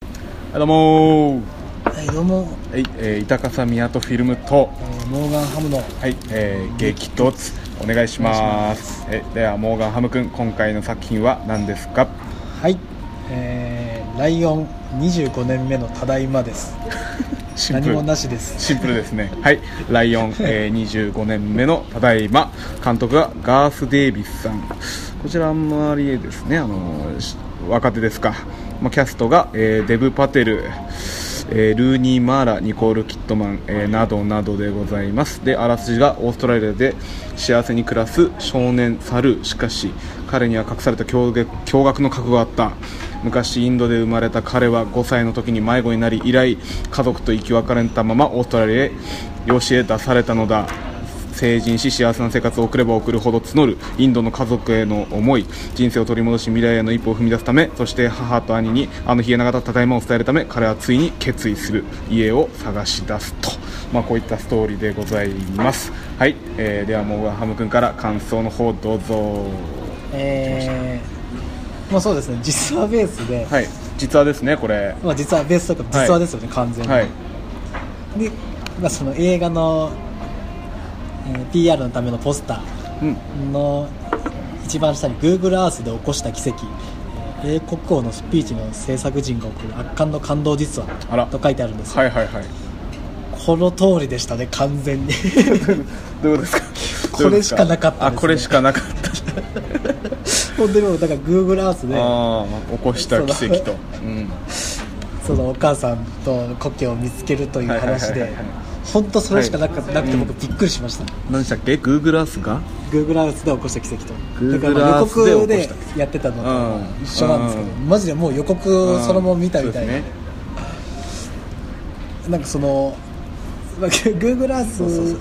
はいどうもーはい、どうも、はい、えー、板笠宮とフィルムとえーモーガンハムのははい、えー、激突お願いしますえではモーガンハム君今回の作品は何ですかい、えーライオン25年目のただいまですシンプ何ルもなしですシンプルですねはい「ライオン」えー、25年目のただいま監督がガース・デイビスさんこちらあんまりですねあのし若手ですか、まあ、キャストが、えーデブ・パテル、えールーニー・マーラニコール・キットマン、えーなどなどでございますであらすじがオーストラリアで幸せに暮らす少年サルーしかし彼には隠された驚愕驚愕の覚悟があった昔インドで生まれた彼は5歳の時に迷子になり以来家族と生き別れたままオーストラリアへ養子へ出されたのだ成人し幸せな生活を送れば送るほど募るインドの家族への思い人生を取り戻し未来への一歩を踏み出すためそして母と兄にあの日えなかったただいまを伝えるため彼はついに決意する家を探し出すと、まあ、こういったストーリーでございますはい、えーではもうハム君から感想の方どうぞえー、まあそうですね実話ベースで、はい実はですねこれまあ実話ベースというかはい実話ですよね、完全に、はいで、まあ、その映画の、えー PR のためのポスタうんーの一番下に Google Earth で起こした奇跡英国王のスピーチの制作陣が送る圧巻の感動実あら話と書いてあるんですよはいはいはいこの通りでしたね完全にどういうことですか これしかなかったですねあこれしかなか った本当にもうだから Google Earth でああ起こした奇跡と、うん、そのお母さんとコケを見つけるという話はいではいはいはい本当それしかなく,、はいなくて僕びっくりしました、何でしたっけ Google Earth が Google Earth で起こした奇跡と Google だからまあ予 Earth 告で起でこしたやってたのうんと一緒なんですけど、うマジでもう予告そのまま見たみたいな、うんそうですねなんかそのまあ Google うそうそう Earth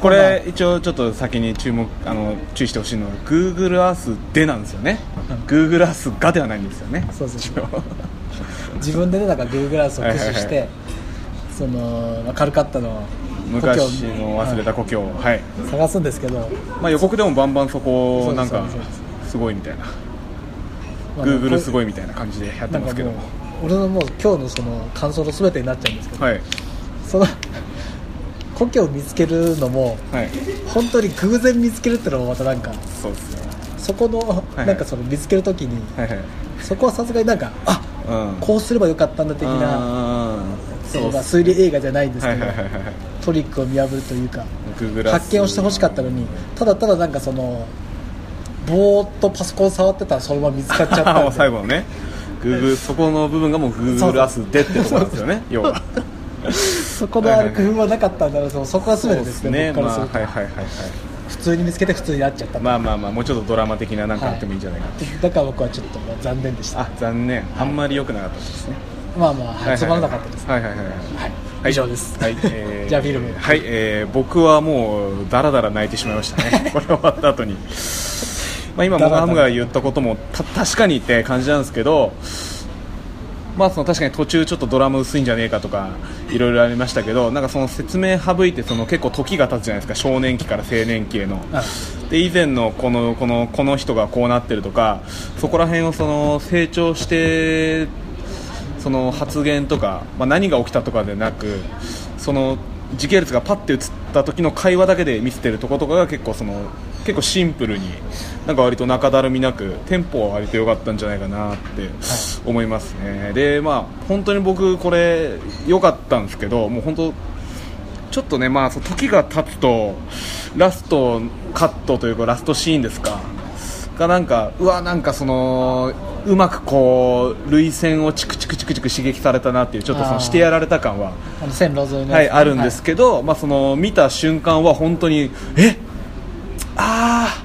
これ一応ちょっと先に注目あの注意してほしいのは Google Earth でなんですよね Google Earth がではないんですよねそうそうそう自分でねなんか Google Earth を駆使してはいはいそのまあカルカッタの故郷昔の忘れた故郷をはい、探すんですけど、まあ、予告でもバンバンそこをなんかそうですそうすごいみたいなまあ Google すいごいみたいな感じでやってなんますかけどもうも俺のもう今日のその感想の全てになっちゃうんですけど、はいその 故郷を見つけるのもはい本当に偶然見つけるってのもまたなんかそうですよそこのいはいなんかその見つける時に、はいはいそこはさすがになんかあうんこうすればよかったんだ的な、なそのまあ推理映画じゃないんですはけいど、はいはいはいトリックを見破るというか Google 発見をしてほしかったのにただただなんかそのぼーっとパソコン触ってたらそのまま見つかっちゃ ったもんう で最後のね Google そこの部分がもう Google そう Earth でってとこなんですよね要はそこのあれ工夫はなかったんだろうそのそこが全てですねま僕あからするとはいはいはいはい普通に見つけて普通になっちゃった、まあまあまあもうちょっとドラマ的ななんかあってもいいんじゃないかなだから僕はちょっと残念でしたあ残念あんまり良くなかったですねまあまあ、はいはいつまらなかったです、はいはいはいはいはいはい以上です、はい、えー じゃあフィルムはい、えー僕はもうダラダラ泣いてしまいました ねこれ終わった後にまあ今モダラダラガハムが言ったこともた確かにって感じなんですけどまあその確かに途中ちょっとドラム薄いんじゃねえかとかいろいろありましたけどなんかその説明省いてその結構時が経つじゃないですか少年期から青年期へのあで以前のこのこのこの人がこうなってるとかそこら辺をその成長してその発言とか、まあ、何が起きたとかでなくその時系列がパッて映った時の会話だけで見せてるとことかが結構その結構シンプルになんか割と中だるみなくテンポは割と良かったんじゃないかなって思いますね、でまあ本当に僕これ良かったんですけどもう本当ちょっとね、まあ、そう時が経つとラストカットというかラストシーンですかがなんかうわなんかそのうまくこう涙腺をチクチクチクチク刺激されたなっていうちょっとそあのーしてやられた感は、あの線路沿いのやつね、はい、あるんですけど、まあ、その見た瞬間は本当にえあ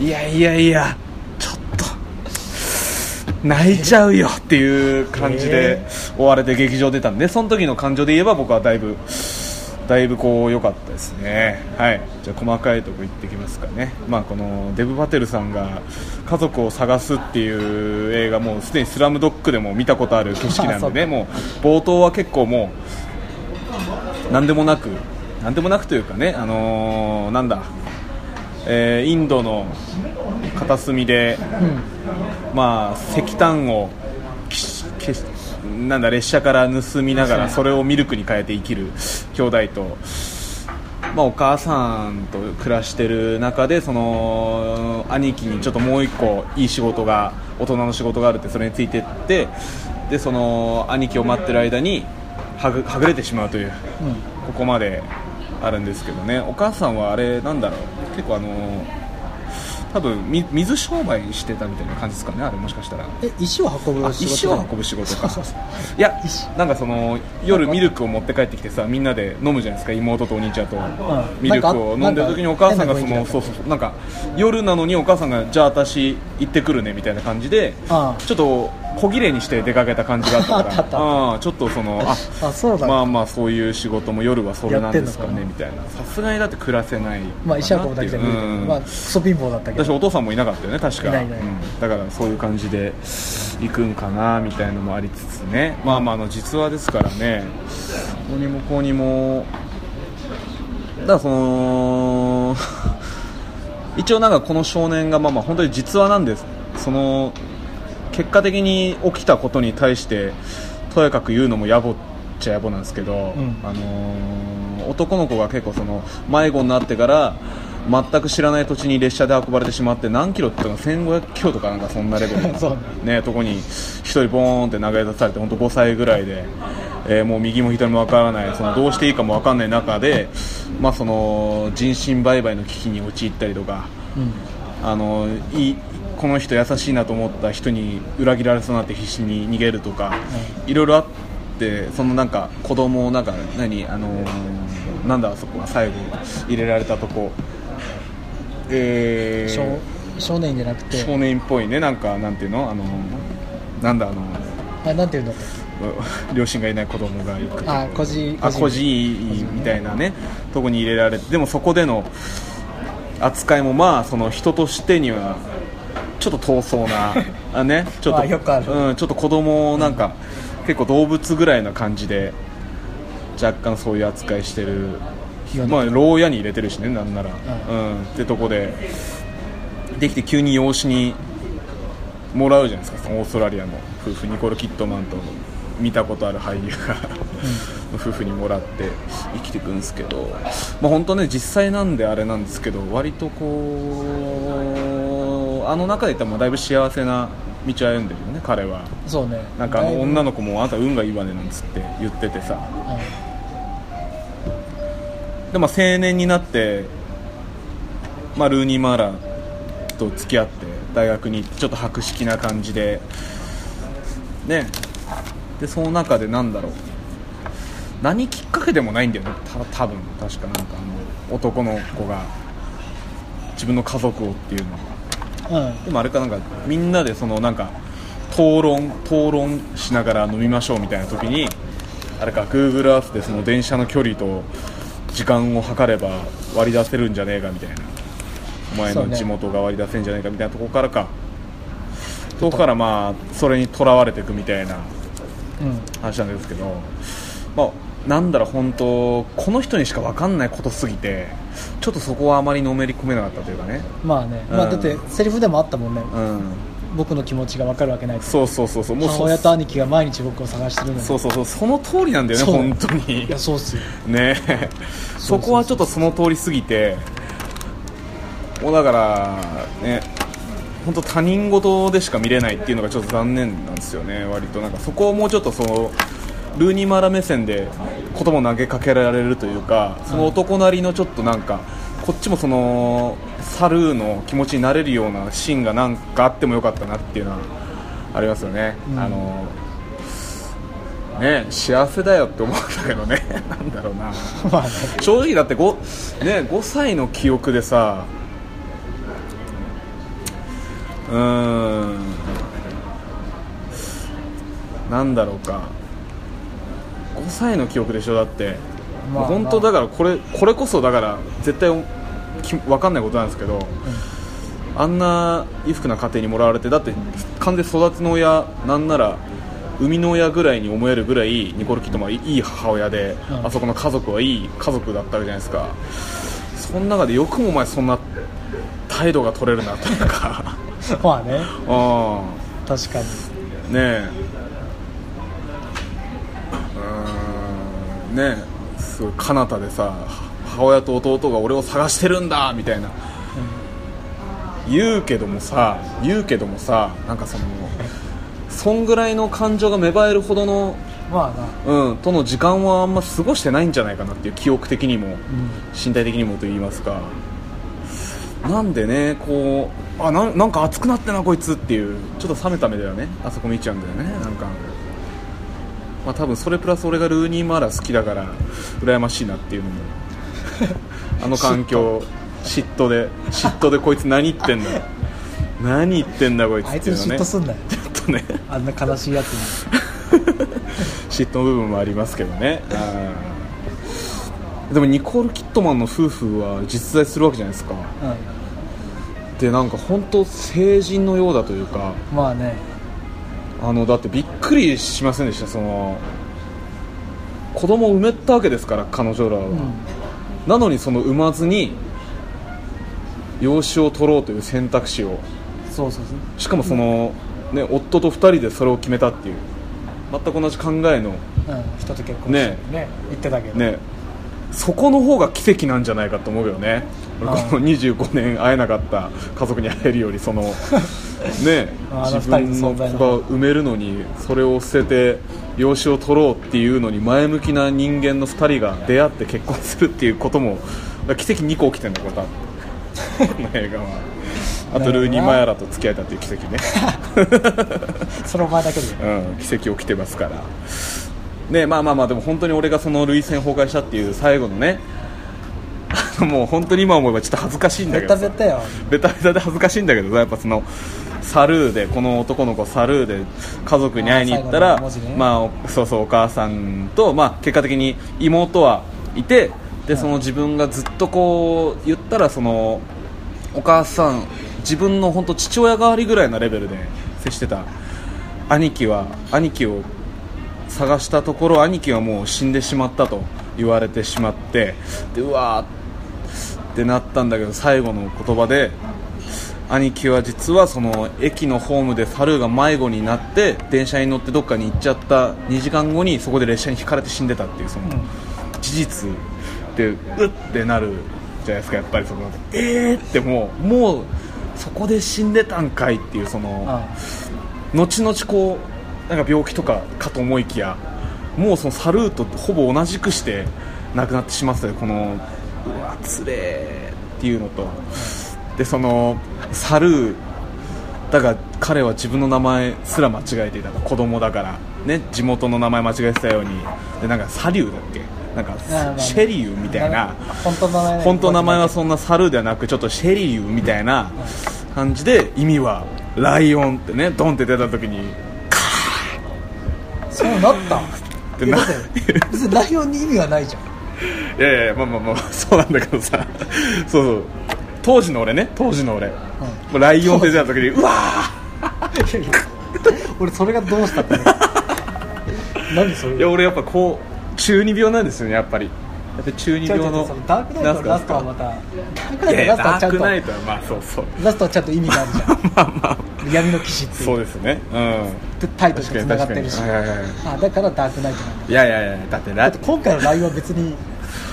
あいやいやいやちょっと泣いちゃうよっていう感じでえ追われて劇場出たんでその時の感情で言えば僕はだいぶだいぶこう良かったですねはいじゃあ細かいとこ行ってきますかねまあこのデブ・パテルさんが家族を探すっていう映画もうすでに「スラムドッグでも見たこと ある景色なんでねもう冒頭は結構もうなんでもなくなんでもなくというかねあのーなんだ、えーインドの片隅で、まあ石炭をきしけしなんだ列車から盗みながらそれをミルクに変えて生きる兄弟と、まあ、お母さんと暮らしてる中でその兄貴にちょっともう一個いい仕事が大人の仕事があるってそれについてってでその兄貴を待ってる間にはぐはぐれてしまうといううんここまであるんですけどねお母さんはあれなんだろう結構あの多分み水商売してたみたいな感じですかねあれもしかしたらえ石を運ぶあ仕事石を運ぶ仕事かそうそうそういや石なんかその夜ミルクを持って帰ってきてさみんなで飲むじゃないですか妹とお兄ちゃんとミルクを飲んでる時になおんか母さんがそ変な雰の囲気だったそうそうそうなんか夜なのにお母さんがじゃあ私行ってくるねみたいな感じでちょああっと小切れにして出かけた感じがあったか あったあっらたああちょっとそのああそうだまあまあそういう仕事も夜はそれなんですかやっねてんみたいなさすがにだって暮らせないかなっていうまあ石運ぶだけじゃ無理だけどうんまあクソ貧乏だったけど私お父さんもいなかったよね確かいないいないうんだからそういう感じで行くんかなみたいのもありつつねまあまああの実話ですからねここにもここにもだからその 一応なんかこの少年がまあまあ本当に実話なんですその結果的に起きたことに対してとやかく言うのも野暮っちゃ野暮なんですけど、うんあのー男の子が結構その迷子になってから全く知らない土地に列車で運ばれてしまって何キロって言ったの1500キロとかなん かそんなレベルなそうね、とこに一人ボーンって投げ出されて本当5歳ぐらいで、えーもう右も左もわからないそのどうしていいかもわかんない中で、まあ、その人身売買の危機に陥ったりとか。うんあのいいこの人優しいなと思った人に裏切られそうになって必死に逃げるとか、いろいろあってそのなんか子供をなんか何あのーなんだあそこは最後入れられたとこえー少少年じゃなくて少年っぽいねなんかなんていうのあのーなんだあのーあなんていうんだったっ両親がいない子供が行くとこあ孤児あ孤孤児児院みたいなねとこに入れられてでもそこでの扱いもまあその人としてにはちょっと遠そうな あねちょっまとあよくあるうん、ちょっと子供をなんか、結構動物ぐらいな感じで若干そういう扱いしてるよねまあ牢屋に入れてるしねなんなら、うんってとこでできて急に養子にもらうじゃないですかそのオーストラリアの夫婦ニコール・キットマンと見たことある俳優が、夫婦にもらって生きていくんですけど、まあ、本当ね実際なんであれなんですけど割とこうあの中で言ったらもうだいぶ幸せな道を歩んでるよね彼はけそうねなんかあのの女の子もあなた運がいいわねなんつって言っててさでまあ青年になって、まあ、ルーニー・マーラーと付き合って大学に行ってちょっと博識な感じでねでその中でなんだろう何きっかけでもないんだよねた多分確かなんかあの男の子が自分の家族をっていうのがうん、うんでもあれかなんかみんなでそのなんか討論討論しながら飲みましょうみたいな時にあれか Google Earth でその電車の距離と時間を測れば割り出せるんじゃねえかみたいなお前そのうね地元が割り出せんじゃねえかみたいなとこからかそこからまあそれにとらわれていくみたいなうん話なんですけど、まあ、なんだろう本当この人にしか分かんないことすぎてちょっとそこはあまりのめり込めなかったというかねまあね、うまあんだってセリフでもあったもんね、うん僕の気持ちが分かるわけないとそうそうそうそうもう母そ親と兄貴が毎日僕を探してるのにそうそうそうその通りなんだよねそう本当にいやそうっすよねえそこはちょっとその通りすぎてもうだからね本当他人事でしか見れないっていうのがちょっと残念なんですよね割となんかそこをもうちょっとそのルーニー・マラ目線で言葉を投げかけられるというかその男なりのちょっとなんかこっちもそのサルーの気持ちになれるようなシーンがなんかあってもよかったなっていうのはありますよね、うんあのね幸せだよって思うんだけどね なんだろうな まあね正直だって 5,、ね、5歳の記憶でさうーんなんだろうか5歳の記憶でしょだって、まあ本当だからこれこれこそだから絶対き分かんないことなんですけど、あんな裕福な家庭にもらわれてだって完全に育ちの親なんなら生みの親ぐらいに思えるぐらいニコール・キッドマンはいい母親で、うんあそこの家族はいい家族だったわけじゃないですかその中でよくもお前そんな態度が取れるなという か まあねうん確かにねえねすごい彼方でさ母親と弟が俺を探してるんだみたいな、言うけどもさ言うけどもさなんかそのそんぐらいの感情が芽生えるほどの、まあなうん、との時間はあんま過ごしてないんじゃないかなっていう記憶的にも、うん身体的にもと言いますかなんでねこうあなんなんか熱くなってなこいつっていうちょっと冷めた目だよねあそこ見ちゃうんだよねなんかまあ多分それプラス俺がルーニー・マーラ好きだから羨ましいなって いうのもあの環境嫉妬で嫉妬でこいつ何言ってんだ何言ってんだこいつあいっつていにうのね嫉妬すんなよちょっとねあんな悲しいやつに嫉妬の部分もありますけどねうんでもニコール・キットマンの夫婦は実在するわけじゃないですかうでなんか本当成人のようだというかんまあねあのだってびっくりしませんでしたその子供を埋めたわけですから彼女らは、うんなのにその産まずに養子を取ろうという選択肢をそうそうそうしかもその、ね、夫と2人でそれを決めたっていう全く同じ考えのうん人と結婚してね言ってたけどねそこの方が奇跡なんじゃないかと思うよね俺ああこの25年会えなかった家族に会えるより そのねあの自分二人のの子存在がの埋めるのにそれを捨てて養子を取ろうっていうのに前向きな人間の2人が出会って結婚するっていうこともだから奇跡2個起きてんだこれ多分この映 画はあとルーニー・マヤラと付き合えたっていう奇跡ねその前だけでうん、奇跡起きてますから、ね、まあまあまあでも本当に俺がその涙腺崩壊したっていう最後のね あのもう本当に今思えばちょっと恥ずかしいんだ絶けど対さ絶対よベタベタで恥ずかしいんだけどさやっぱそのサルーでこの男の子サルーで家族に会いに行ったあらー最後の文字ねまあおそうそうお母さんと、まあ、結果的に妹はいてでその自分がずっとこう言ったらそのお母さん自分の本当父親代わりぐらいなレベルで接してた兄貴は兄貴を探したところ兄貴はもう死んでしまったと言われてしまってでうわーってなったんだけど最後の言葉で兄貴は実はその駅のホームで猿が迷子になって電車に乗ってどっかに行っちゃった2時間後にそこで列車にひかれて死んでたっていうその事実でうってなるじゃないですかやっぱりそのえーってもうもうそこで死んでたんかいっていうその。う後々こうなんか病気とかかと思いきやもうそのサルートとほぼ同じくして亡くなってしまったよこのうわつれーっていうのとでそのサルーだが彼は自分の名前すら間違えていた子供だからね地元の名前間違えてたようにでなんかサリューだっけなんあーかシェリューみたいな本当の名前は本当名前はそんな猿ではなくちょっとシェリーユみたいな感じで意味はライオンってねドンって出た時にそうなったてなえだって別にライオンに意味はないじゃん いやいやまあまあまあそうなんだけどさそうそう当時の俺ね当時の俺、もうライオンって出た時にうわいやいや俺それがどうし たって何そーれいや俺やっぱこう中二病なんですよねやっぱりやっぱ中二違う違う病違うのそのダークナイトのラストはまたダークナいやイいトのやラストダーはちゃんとクナイトはまあそう そうラストはちゃんと意味があるじゃんまあまあ 闇の騎士っていそううですねうんでタイトルと確かつにながっ確かてにるしはいはいはいあだからダークナイトなんだいやいやいやだってだラって今回のライオンは別に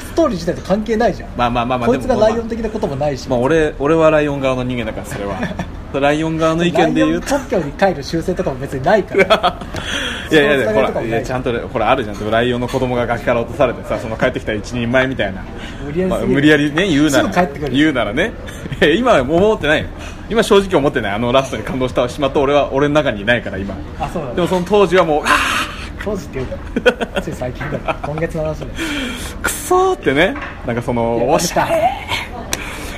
ストーリー自体と関係ないじゃんまあまあまあまあこいつがでもライオン的なこともないしまあ、俺俺はライオン側の人間だからそれは ライオン側の意見で言うとライオン特許に帰る修正とかも別にないから いやいやそほのつながりとからもないいやちゃんとねほらあるじゃんでもライオンの子供が崖から落とされてさその帰ってきた一人前みたいな無理やりすぎるまあ、無理やりね言うなすぐ帰っらてくる言うならねいや今は思ってないよ今正直思ってないあのラストに感動したしまった俺は俺の中にいないから今あそうなんでだもその当時はもうあ当時って言うかつい最近だから今月の話だよーくそーってねなんかそいやのおしゃれ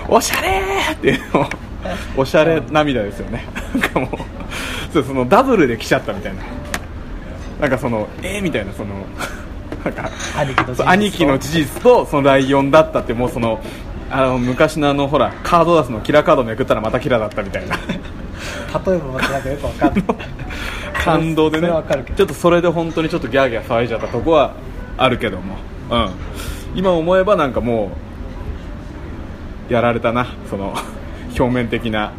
おしゃれーっていうのおしゃれ涙ですよねなんかもうそうそのダブルで来ちゃったみたいななんかそのえー、みたいなそのなんか兄貴の事そう兄貴の事実実 とそのライオンだったってもうそのあの昔のあのほらカードダスのキラーカードめくったらまたキラーだったみたいな例えばまたなんかよくわかんない感動でそねれはわかるけどちょっとそれで本当にちょっとギャーギャー騒いじゃったとこはあるけども、うん、今思えばなん かもうやられたなその表面的なう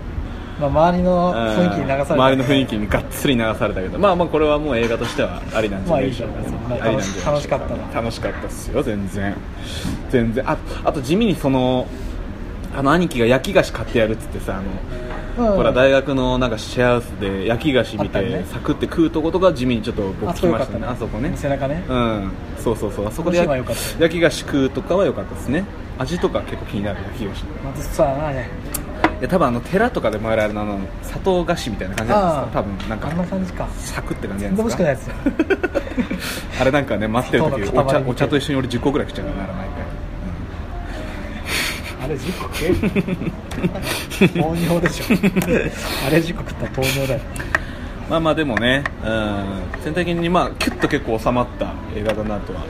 まあ、周りの雰囲気に流されて周りの雰囲気にがっつり流されたけどまあまあこれはもう映画としてはありなんじゃないでしょうか、まあいいじゃないですかありなんじゃない楽でししかょうったな楽しかったっすよ全然全然ああと地味にそのあの兄貴が焼き菓子買ってやるっつってさあのうんほら大学のなんかシェアハウスで焼き菓子見あったよてねサクって食うとことが地味にちょっとあ僕そ来こよまかしったたねねあそこね背中ねうんそうそうそうあそこであのシーンは良焼かったき焼き菓子食うとかは良かったですね味とか結構気になる焼き菓子またそうだなあれいや多分あの寺とかでもらえるのあの砂糖菓子みたいな感じなんですか多分なんあんなか感じかサクって感じなん全然で欲すしくないかやつよあれなんかね待ってる時砂糖お茶の塊みたいなお茶と一緒に俺10個ぐらい食っちゃうからならないかあれ10個食える糖尿でしょあれ10個食ったら糖尿だよまあまあでもね、うん、全体的にまあキュッと結構収まった映画だなとは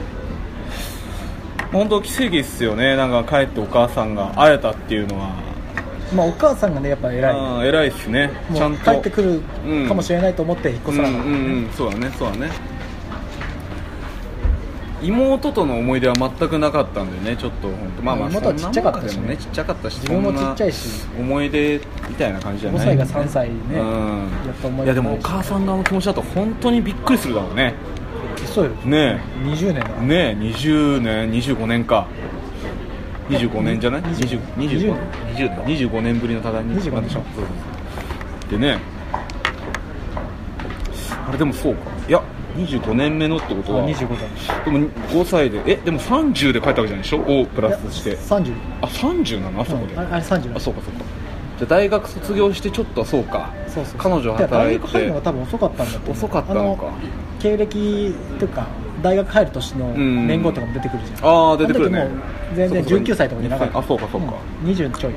本当奇跡っすよねなんか帰ってお母さんが会えたっていうのはまあお母さんがねやっぱ偉いうん偉いっすねちゃんもうと帰ってくるかもしれないと思って引っ越さなかった、うんうんうんそうだねそうだね妹との思い出は全くなかったんでねちょっと本当まあまあ妹はちっちゃかったしねそんなもんでもちっちゃかったし自分もちっちゃいしそんな思い出みたいな感じじゃ5ない歳んでがね3歳ね、うんやっと思い出いやでもお母さん側の気持ちだと本当にびっくりするだろうねそうよね20年だえねえ20年25年か25年じゃない20 20 25 20 25年ぶりのただに25でしょそうそうそうでねあれでもそうかいや25年目のってことはあで25だも5歳でえでも30で帰ったわけじゃないでしょをプラスして30あ30なのあそこで、うんああれ30あそうかそうかじゃあ大学卒業してちょっとはそうかそうそう彼女だから働い大学入るてのが多分遅かったんだと思う遅かったのかあ経歴っていうか大学入る年のん年号とかも出てくるじゃんああ出てくるねあの時もう全そうか然そう19歳とかじゃなかったあそうかそうか、ん20ちょい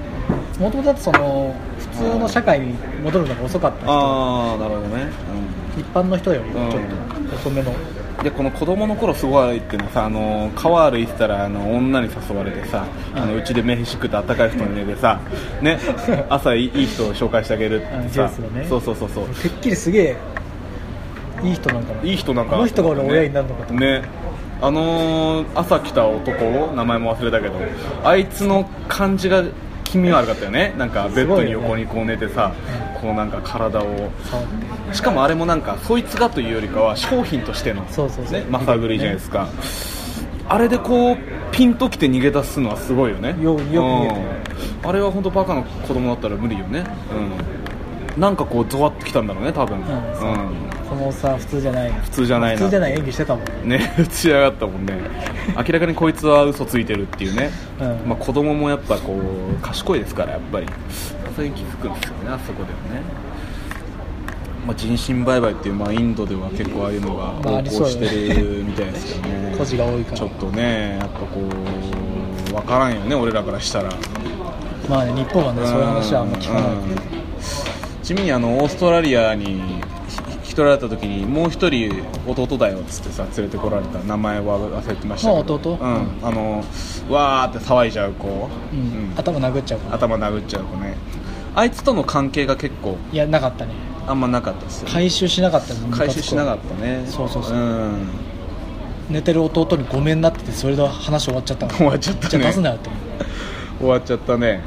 もともとだってその普通の社会に戻るのが遅かった人ああなるほどね、うん一般の人よりちょっとうん遅めの、でこの子供の頃すごい悪いっていうのはさあの川歩いてたらあの女に誘われてさあのうちで飯食ってあったかい布団に寝てさ、ね、朝いいいい人を紹介してあげるってあさジュースのねそうそうそうそうてっきりすげえいい人なんかないい人なんかこの人が俺親になるのかと思っねあのー朝来た男名前も忘れたけどあいつの感じが気味悪かったよねなんかベッドに横にこう寝てさ、こうなんか体を触ってしかもあれもなんかそいつがというよりかは商品としてのそうそうそうねまさぐりじゃないですか、あれでこうピンときて逃げ出すのはすごいよねよよく逃げてうんあれは本当バカの子供だったら無理よね、うん、なんかこうゾワッときたんだろうね多分、うんそううんこのさ普通じゃないな普普通じゃないな普通じゃない演技してたもんね 打ち上がったもんね明らかにこいつは嘘ついてるっていうね、うんまあ、子供もやっぱこう賢いですからやっぱりそれに気づくんですよねあそこではね、まあ、人身売買っていう、まあ、インドでは結構ああいうのがまああり横そう行しよてるみたいですけどね孤児が多いからちょっとねやっぱこう分からんよね俺らからしたらまあね日本はねそういう話はあんま聞かないうんちなみにあのオーストラリアにひ引き取られた時にもう一人弟だよっつってさ連れてこられた名前は忘れてましたけどあ弟うん、あのわーって騒いじゃう子、ううんん頭殴っちゃうから頭殴っちゃう子ねあいつとの関係が結構いやなかったねあんまなかったっすよ回収しなかったよ回収しなかっったねそうそうそうんた寝てる弟にごめんなっててそれで話終わっちゃったの終わっちゃったねじゃあ出すなよって終わっちゃったね、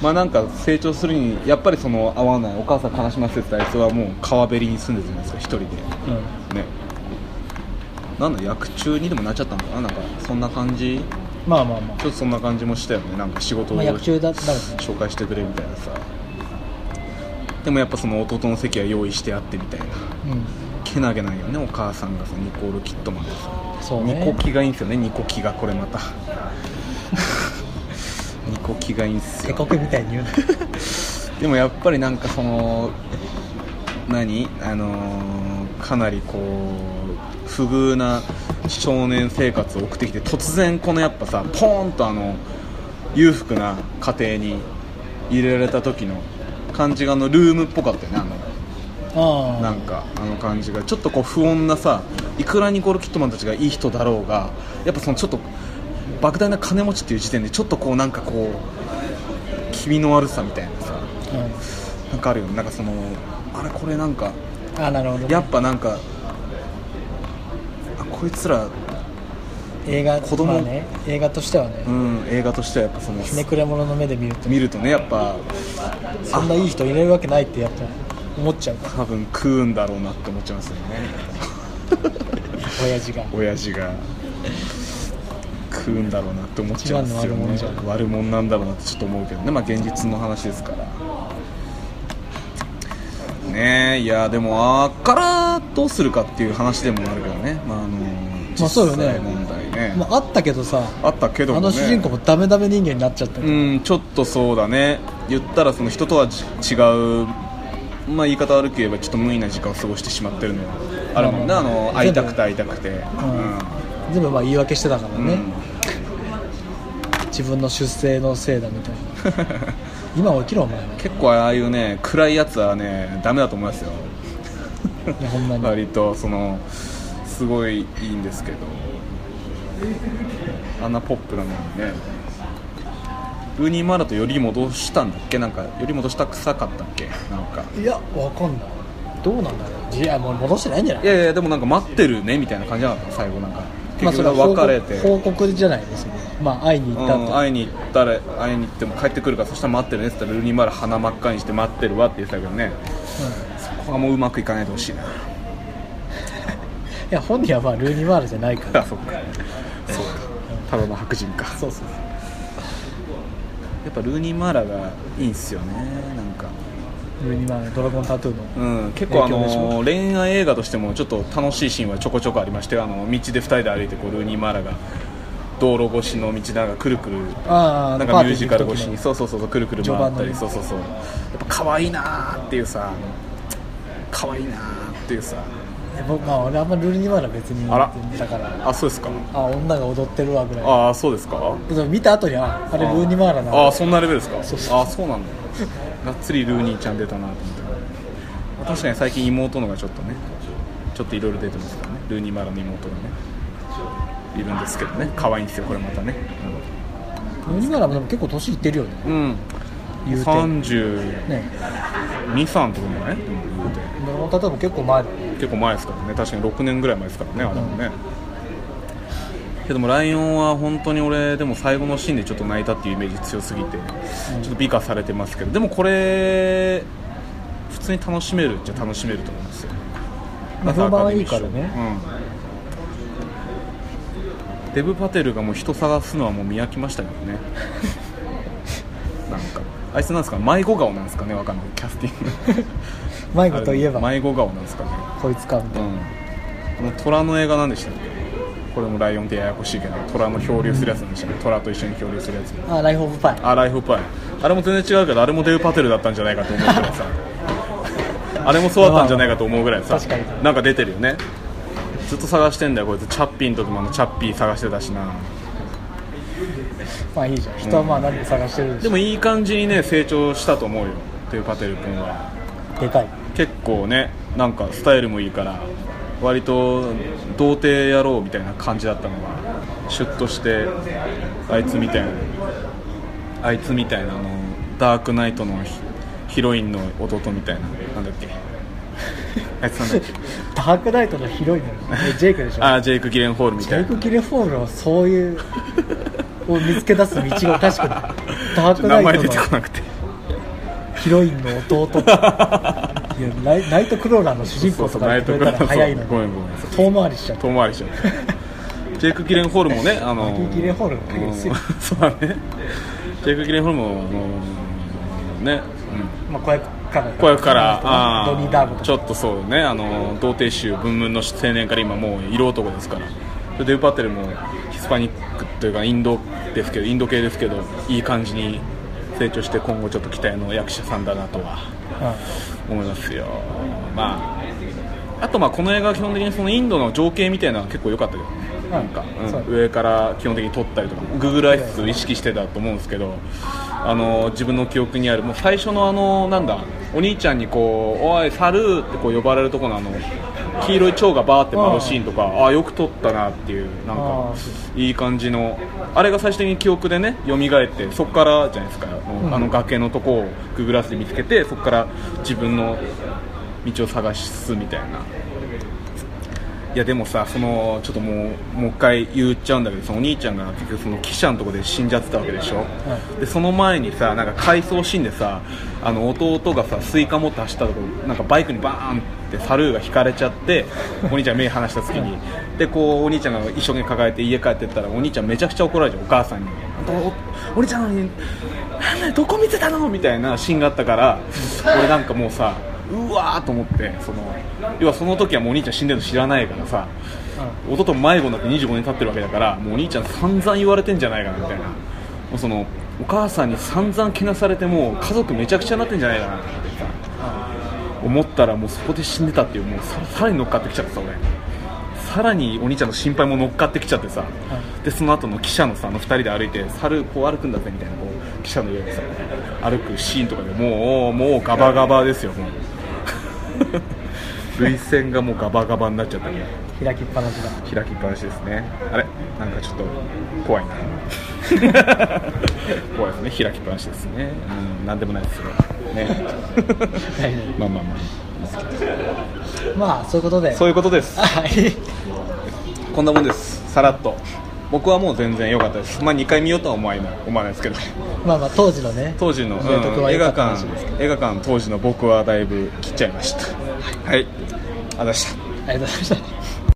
うん、まあなんか成長するにやっぱりその合わないお母さん悲しませてたりそれはもう川べりに住んでるんですか一人で思う、ねなんだ役中にでもなっちゃったのかななんかそんな感じうん、まあまあまあちょっとそんな感じもしたよねなんか仕事を、まあ役中だだろうね紹介してくれみたいなさでもやっぱその弟の席は用意してあってみたいなうんけなげないよねお母さんがさニコール・キットマンでさそうニコねキがいいんですよねニコキがこれまた ニコキがいいんす手よこけみたいに 言うなでもやっぱりなんかその何あのーかなりこう不遇な少年生活を送ってきて突然このやっぱさポーンとあの裕福な家庭に入れられた時の感じがあのルームっぽかったよねあのああなんかあの感じがちょっとこう不穏なさいくらニコール・キットマンたちがいい人だろうがやっぱそのちょっと莫大な金持ちっていう時点でちょっとこうなんかこう気味の悪さみたいなさうなんかあるよねなんかそのあれこれなんかん、ああなるほどね、やっぱなんかあこいつら映画子供まあね、映画としてはね、うん、映画としてはやっぱそのひねくれ者の目で見ると見るとねやっぱそんないい人いれるわけないってやっぱ思っちゃうから多分食うんだろうなって思っちゃいますよね親父が親父が食うんだろうなって思っちゃうんですよ一番の悪者ねじゃん悪者なんだろうなってちょっと思うけどねまあ現実の話ですからねえいやでもあっからどうするかっていう話でもあるけどねまああのまあそうよね実際問題ね、まあ、あったけどさ、あ、ったけどあも、ね、の主人公もダメダメ人間になっちゃったようんちょっとそうだね言ったらその人とはじ違うまあ言い方悪く言えばちょっと無意な時間を過ごしてしまってるのはあるもんねまああまあの会いたくて会いたくて全部まあ言い訳してたからうん、うね、ん自分の出生のせいだみたいな 今起きろお前は結構ああいうね暗いやつはねダメだと思いますよいやほんまに割とそのすごいいいんですけどあんなポップなのにねルーニー・マラとより戻したんだっけなんかより戻したくさかったっけなんかいやわかんないどうなんだろういやもう戻してないんじゃないいやいやでもなんか待ってるねみたいな感じじゃなかった最後なんかまあ結局それは報別れ告て、報告じゃないですよねまあ会いに行ったうんと、会いに行ったら会いに行っても帰ってくるからそしたら待ってるねって言ったらルーニーマラ鼻真っ赤にして待ってるわって言ってたけどねそこはもううまくいかないでほしいな いや本人はまあルーニーワールじゃないからあそっかそうかただの白人かそうそうそやっぱルーニーマラがいいんすよねなんかうルーニーワールドラゴンタトゥーのうん、結構あ影響でしのょ恋愛映画としてもちょっと楽しいシーンはちょこちょこありましてあの道で2人で歩いてこうルーニー・マーラが道路越しの道なんかくるくるあなんーパかーミテュージィーにカ行くル時越しにのそうそうそうそうくるくる回った序盤のりねそうそうそうやっぱ可愛いなーっていうさ可愛いなーっていうさいや僕まあ俺あんまルーニーワールは別にあらだからあそうですかあ女が踊ってるわぐらいああそうですかでも見た後にああれルーニーワールなああそんなレベルですかそうそうああそうなんだがっつりルーニーちゃん出たなと思って確かに最近妹のがちょっとねちょっといろいろ出てますからねルーニー・マーラの妹がねいるんですけどね可愛いんですよこれまたねルーニーワールもでも結構年いってるよねうん言うて323ねとかもねでも言うてドラゴンタトゥーも結構前だよね結構前ですからね確かに6年ぐらい前ですからねあれもね、けどもライオンは本当に俺でも最後のシーンでちょっと泣いたっていうイメージ強すぎて、ちょっと美化されてますけどでもこれ普通に楽しめるっちゃ楽しめると思うんですよまあ評判はいいからね、うんデブ・パテルがもう人探すのはもう見飽きましたけどね なんかあいつなんですか迷子顔なんですかねわかんないキャスティング迷子といえば 迷子顔なんですかねこいつかみたいなこの虎の映画なんでしたっけこれもライオンってややこしいけど虎の漂流するやつなんでしたっけ虎と一緒に漂流するやつあライフ・オブ・パイあライフパイあれも全然違うけどあれもデブ・パテルだったんじゃないかと思うぐらいさあれもそうだったんじゃないかと思うぐらいさ確かになんか出てるよねずっと探してんだよこいつチャッピーの時もあのチャッピー探してたしなまあいいじゃん人はまあ何で探してるんでしでょもいい感じにね成長したと思うよデブ・パテル君はでかい結構ねなんかスタイルもいいから割と童貞野郎みたいな感じだったのがシュッとしてあいつみたいなあいつみたいなあのダークナイトのヒヒロインの弟みたいななんだっけ あいつなんだっけダークナイトのヒロインのえジェイクでしょあージェイク・ギレンホールみジたいェイなク・ギレフォールはそういうを見つけ出す道がおかしくないダーク名ナ前イ出てこトなくてのヒロインの弟いやナイナイトクローラーの主人公とか言ってくれたら早いのごめにんごめんそう遠回りしちゃって遠回りしちゃうジェイク・ギレンホールもねあのギレホールの影ですようんそうだねジェイク・ギレンホルモンのね、まあ子役から子役からあドニー・ダーゴーとちかょっとそうねあの童貞臭文文の青年から今もう色男ですからでデブ・パテルもヒスパニックというかインドですけどインド系ですけどいい感じに成長して今後ちょっと期待の役者さんだなとは思いますよまああとまあこの映画は基本的にそのインドの情景みたいなのは結構良かったけどねうんなんか、うんそう上から基本的に撮ったりとか Google アイス意識してたと思うんですけどあの自分の記憶にあるもう最初のあのなんだお兄ちゃんにこう「おい猿」ってこう呼ばれるとこのあの黄色い蝶がバーって回るシーンとかああよく撮ったなっていうなんあかあそいい感じのあれが最終的に記憶でね蘇ってそこからじゃないですかあの,、んあの崖のとこをググラスで見つけてそこから自分の道を探すみたいないやでもさそのちょっともうもう一回言っちゃうんだけどそのお兄ちゃんが結局その記者のとこで死んじゃってたわけでしょ、でその前にさなんか回想シーンでさあの弟がさスイカ持って走ったとこなんかバイクにバーンってサルーが引かれちゃってお兄ちゃん目離した隙にでこうお兄ちゃんが一生懸命抱えて家帰ってったらお兄ちゃんめちゃくちゃ怒られちゃうお母さんにおお兄ちゃんになんだよどこ見てたのみたいなシーンがあったから俺なんかもうさうわーと思ってその要はその時はもうお兄ちゃん死んでるの知らないからさ弟も迷子になって25年経ってるわけだからもうお兄ちゃん散々言われてんじゃないかなみたいなもうそのお母さんに散々けなされてもう家族めちゃくちゃになってんじゃないかなってさ思ったらもうそこで死んでたっていうもうささらに乗っかってきちゃってさ俺さらにお兄ちゃんの心配も乗っかってきちゃってさ、でその後の記者のさあの2人で歩いて猿こう歩くんだぜみたいなこう記者の上でさ歩くシーンとかでもうもうガバガバですよもう涙腺がもうガバガバになっちゃったね開きっぱなしだ開きっぱなしですねあれなんかちょっと怖いな怖いですね開きっぱなしですねうんなんでもないですよねはいはいまあまあまあまあそういうことでそういうことですはいこんなもんですさらっと僕はもう全然良かったですまあ2回見ようとは思わない思わないですけどまあまあ当時のね当時の、明徳うんは映良か画ったらし館いです映画館当時の僕はだいぶ切っちゃいましたはい、ありがとうございましたありがとうございました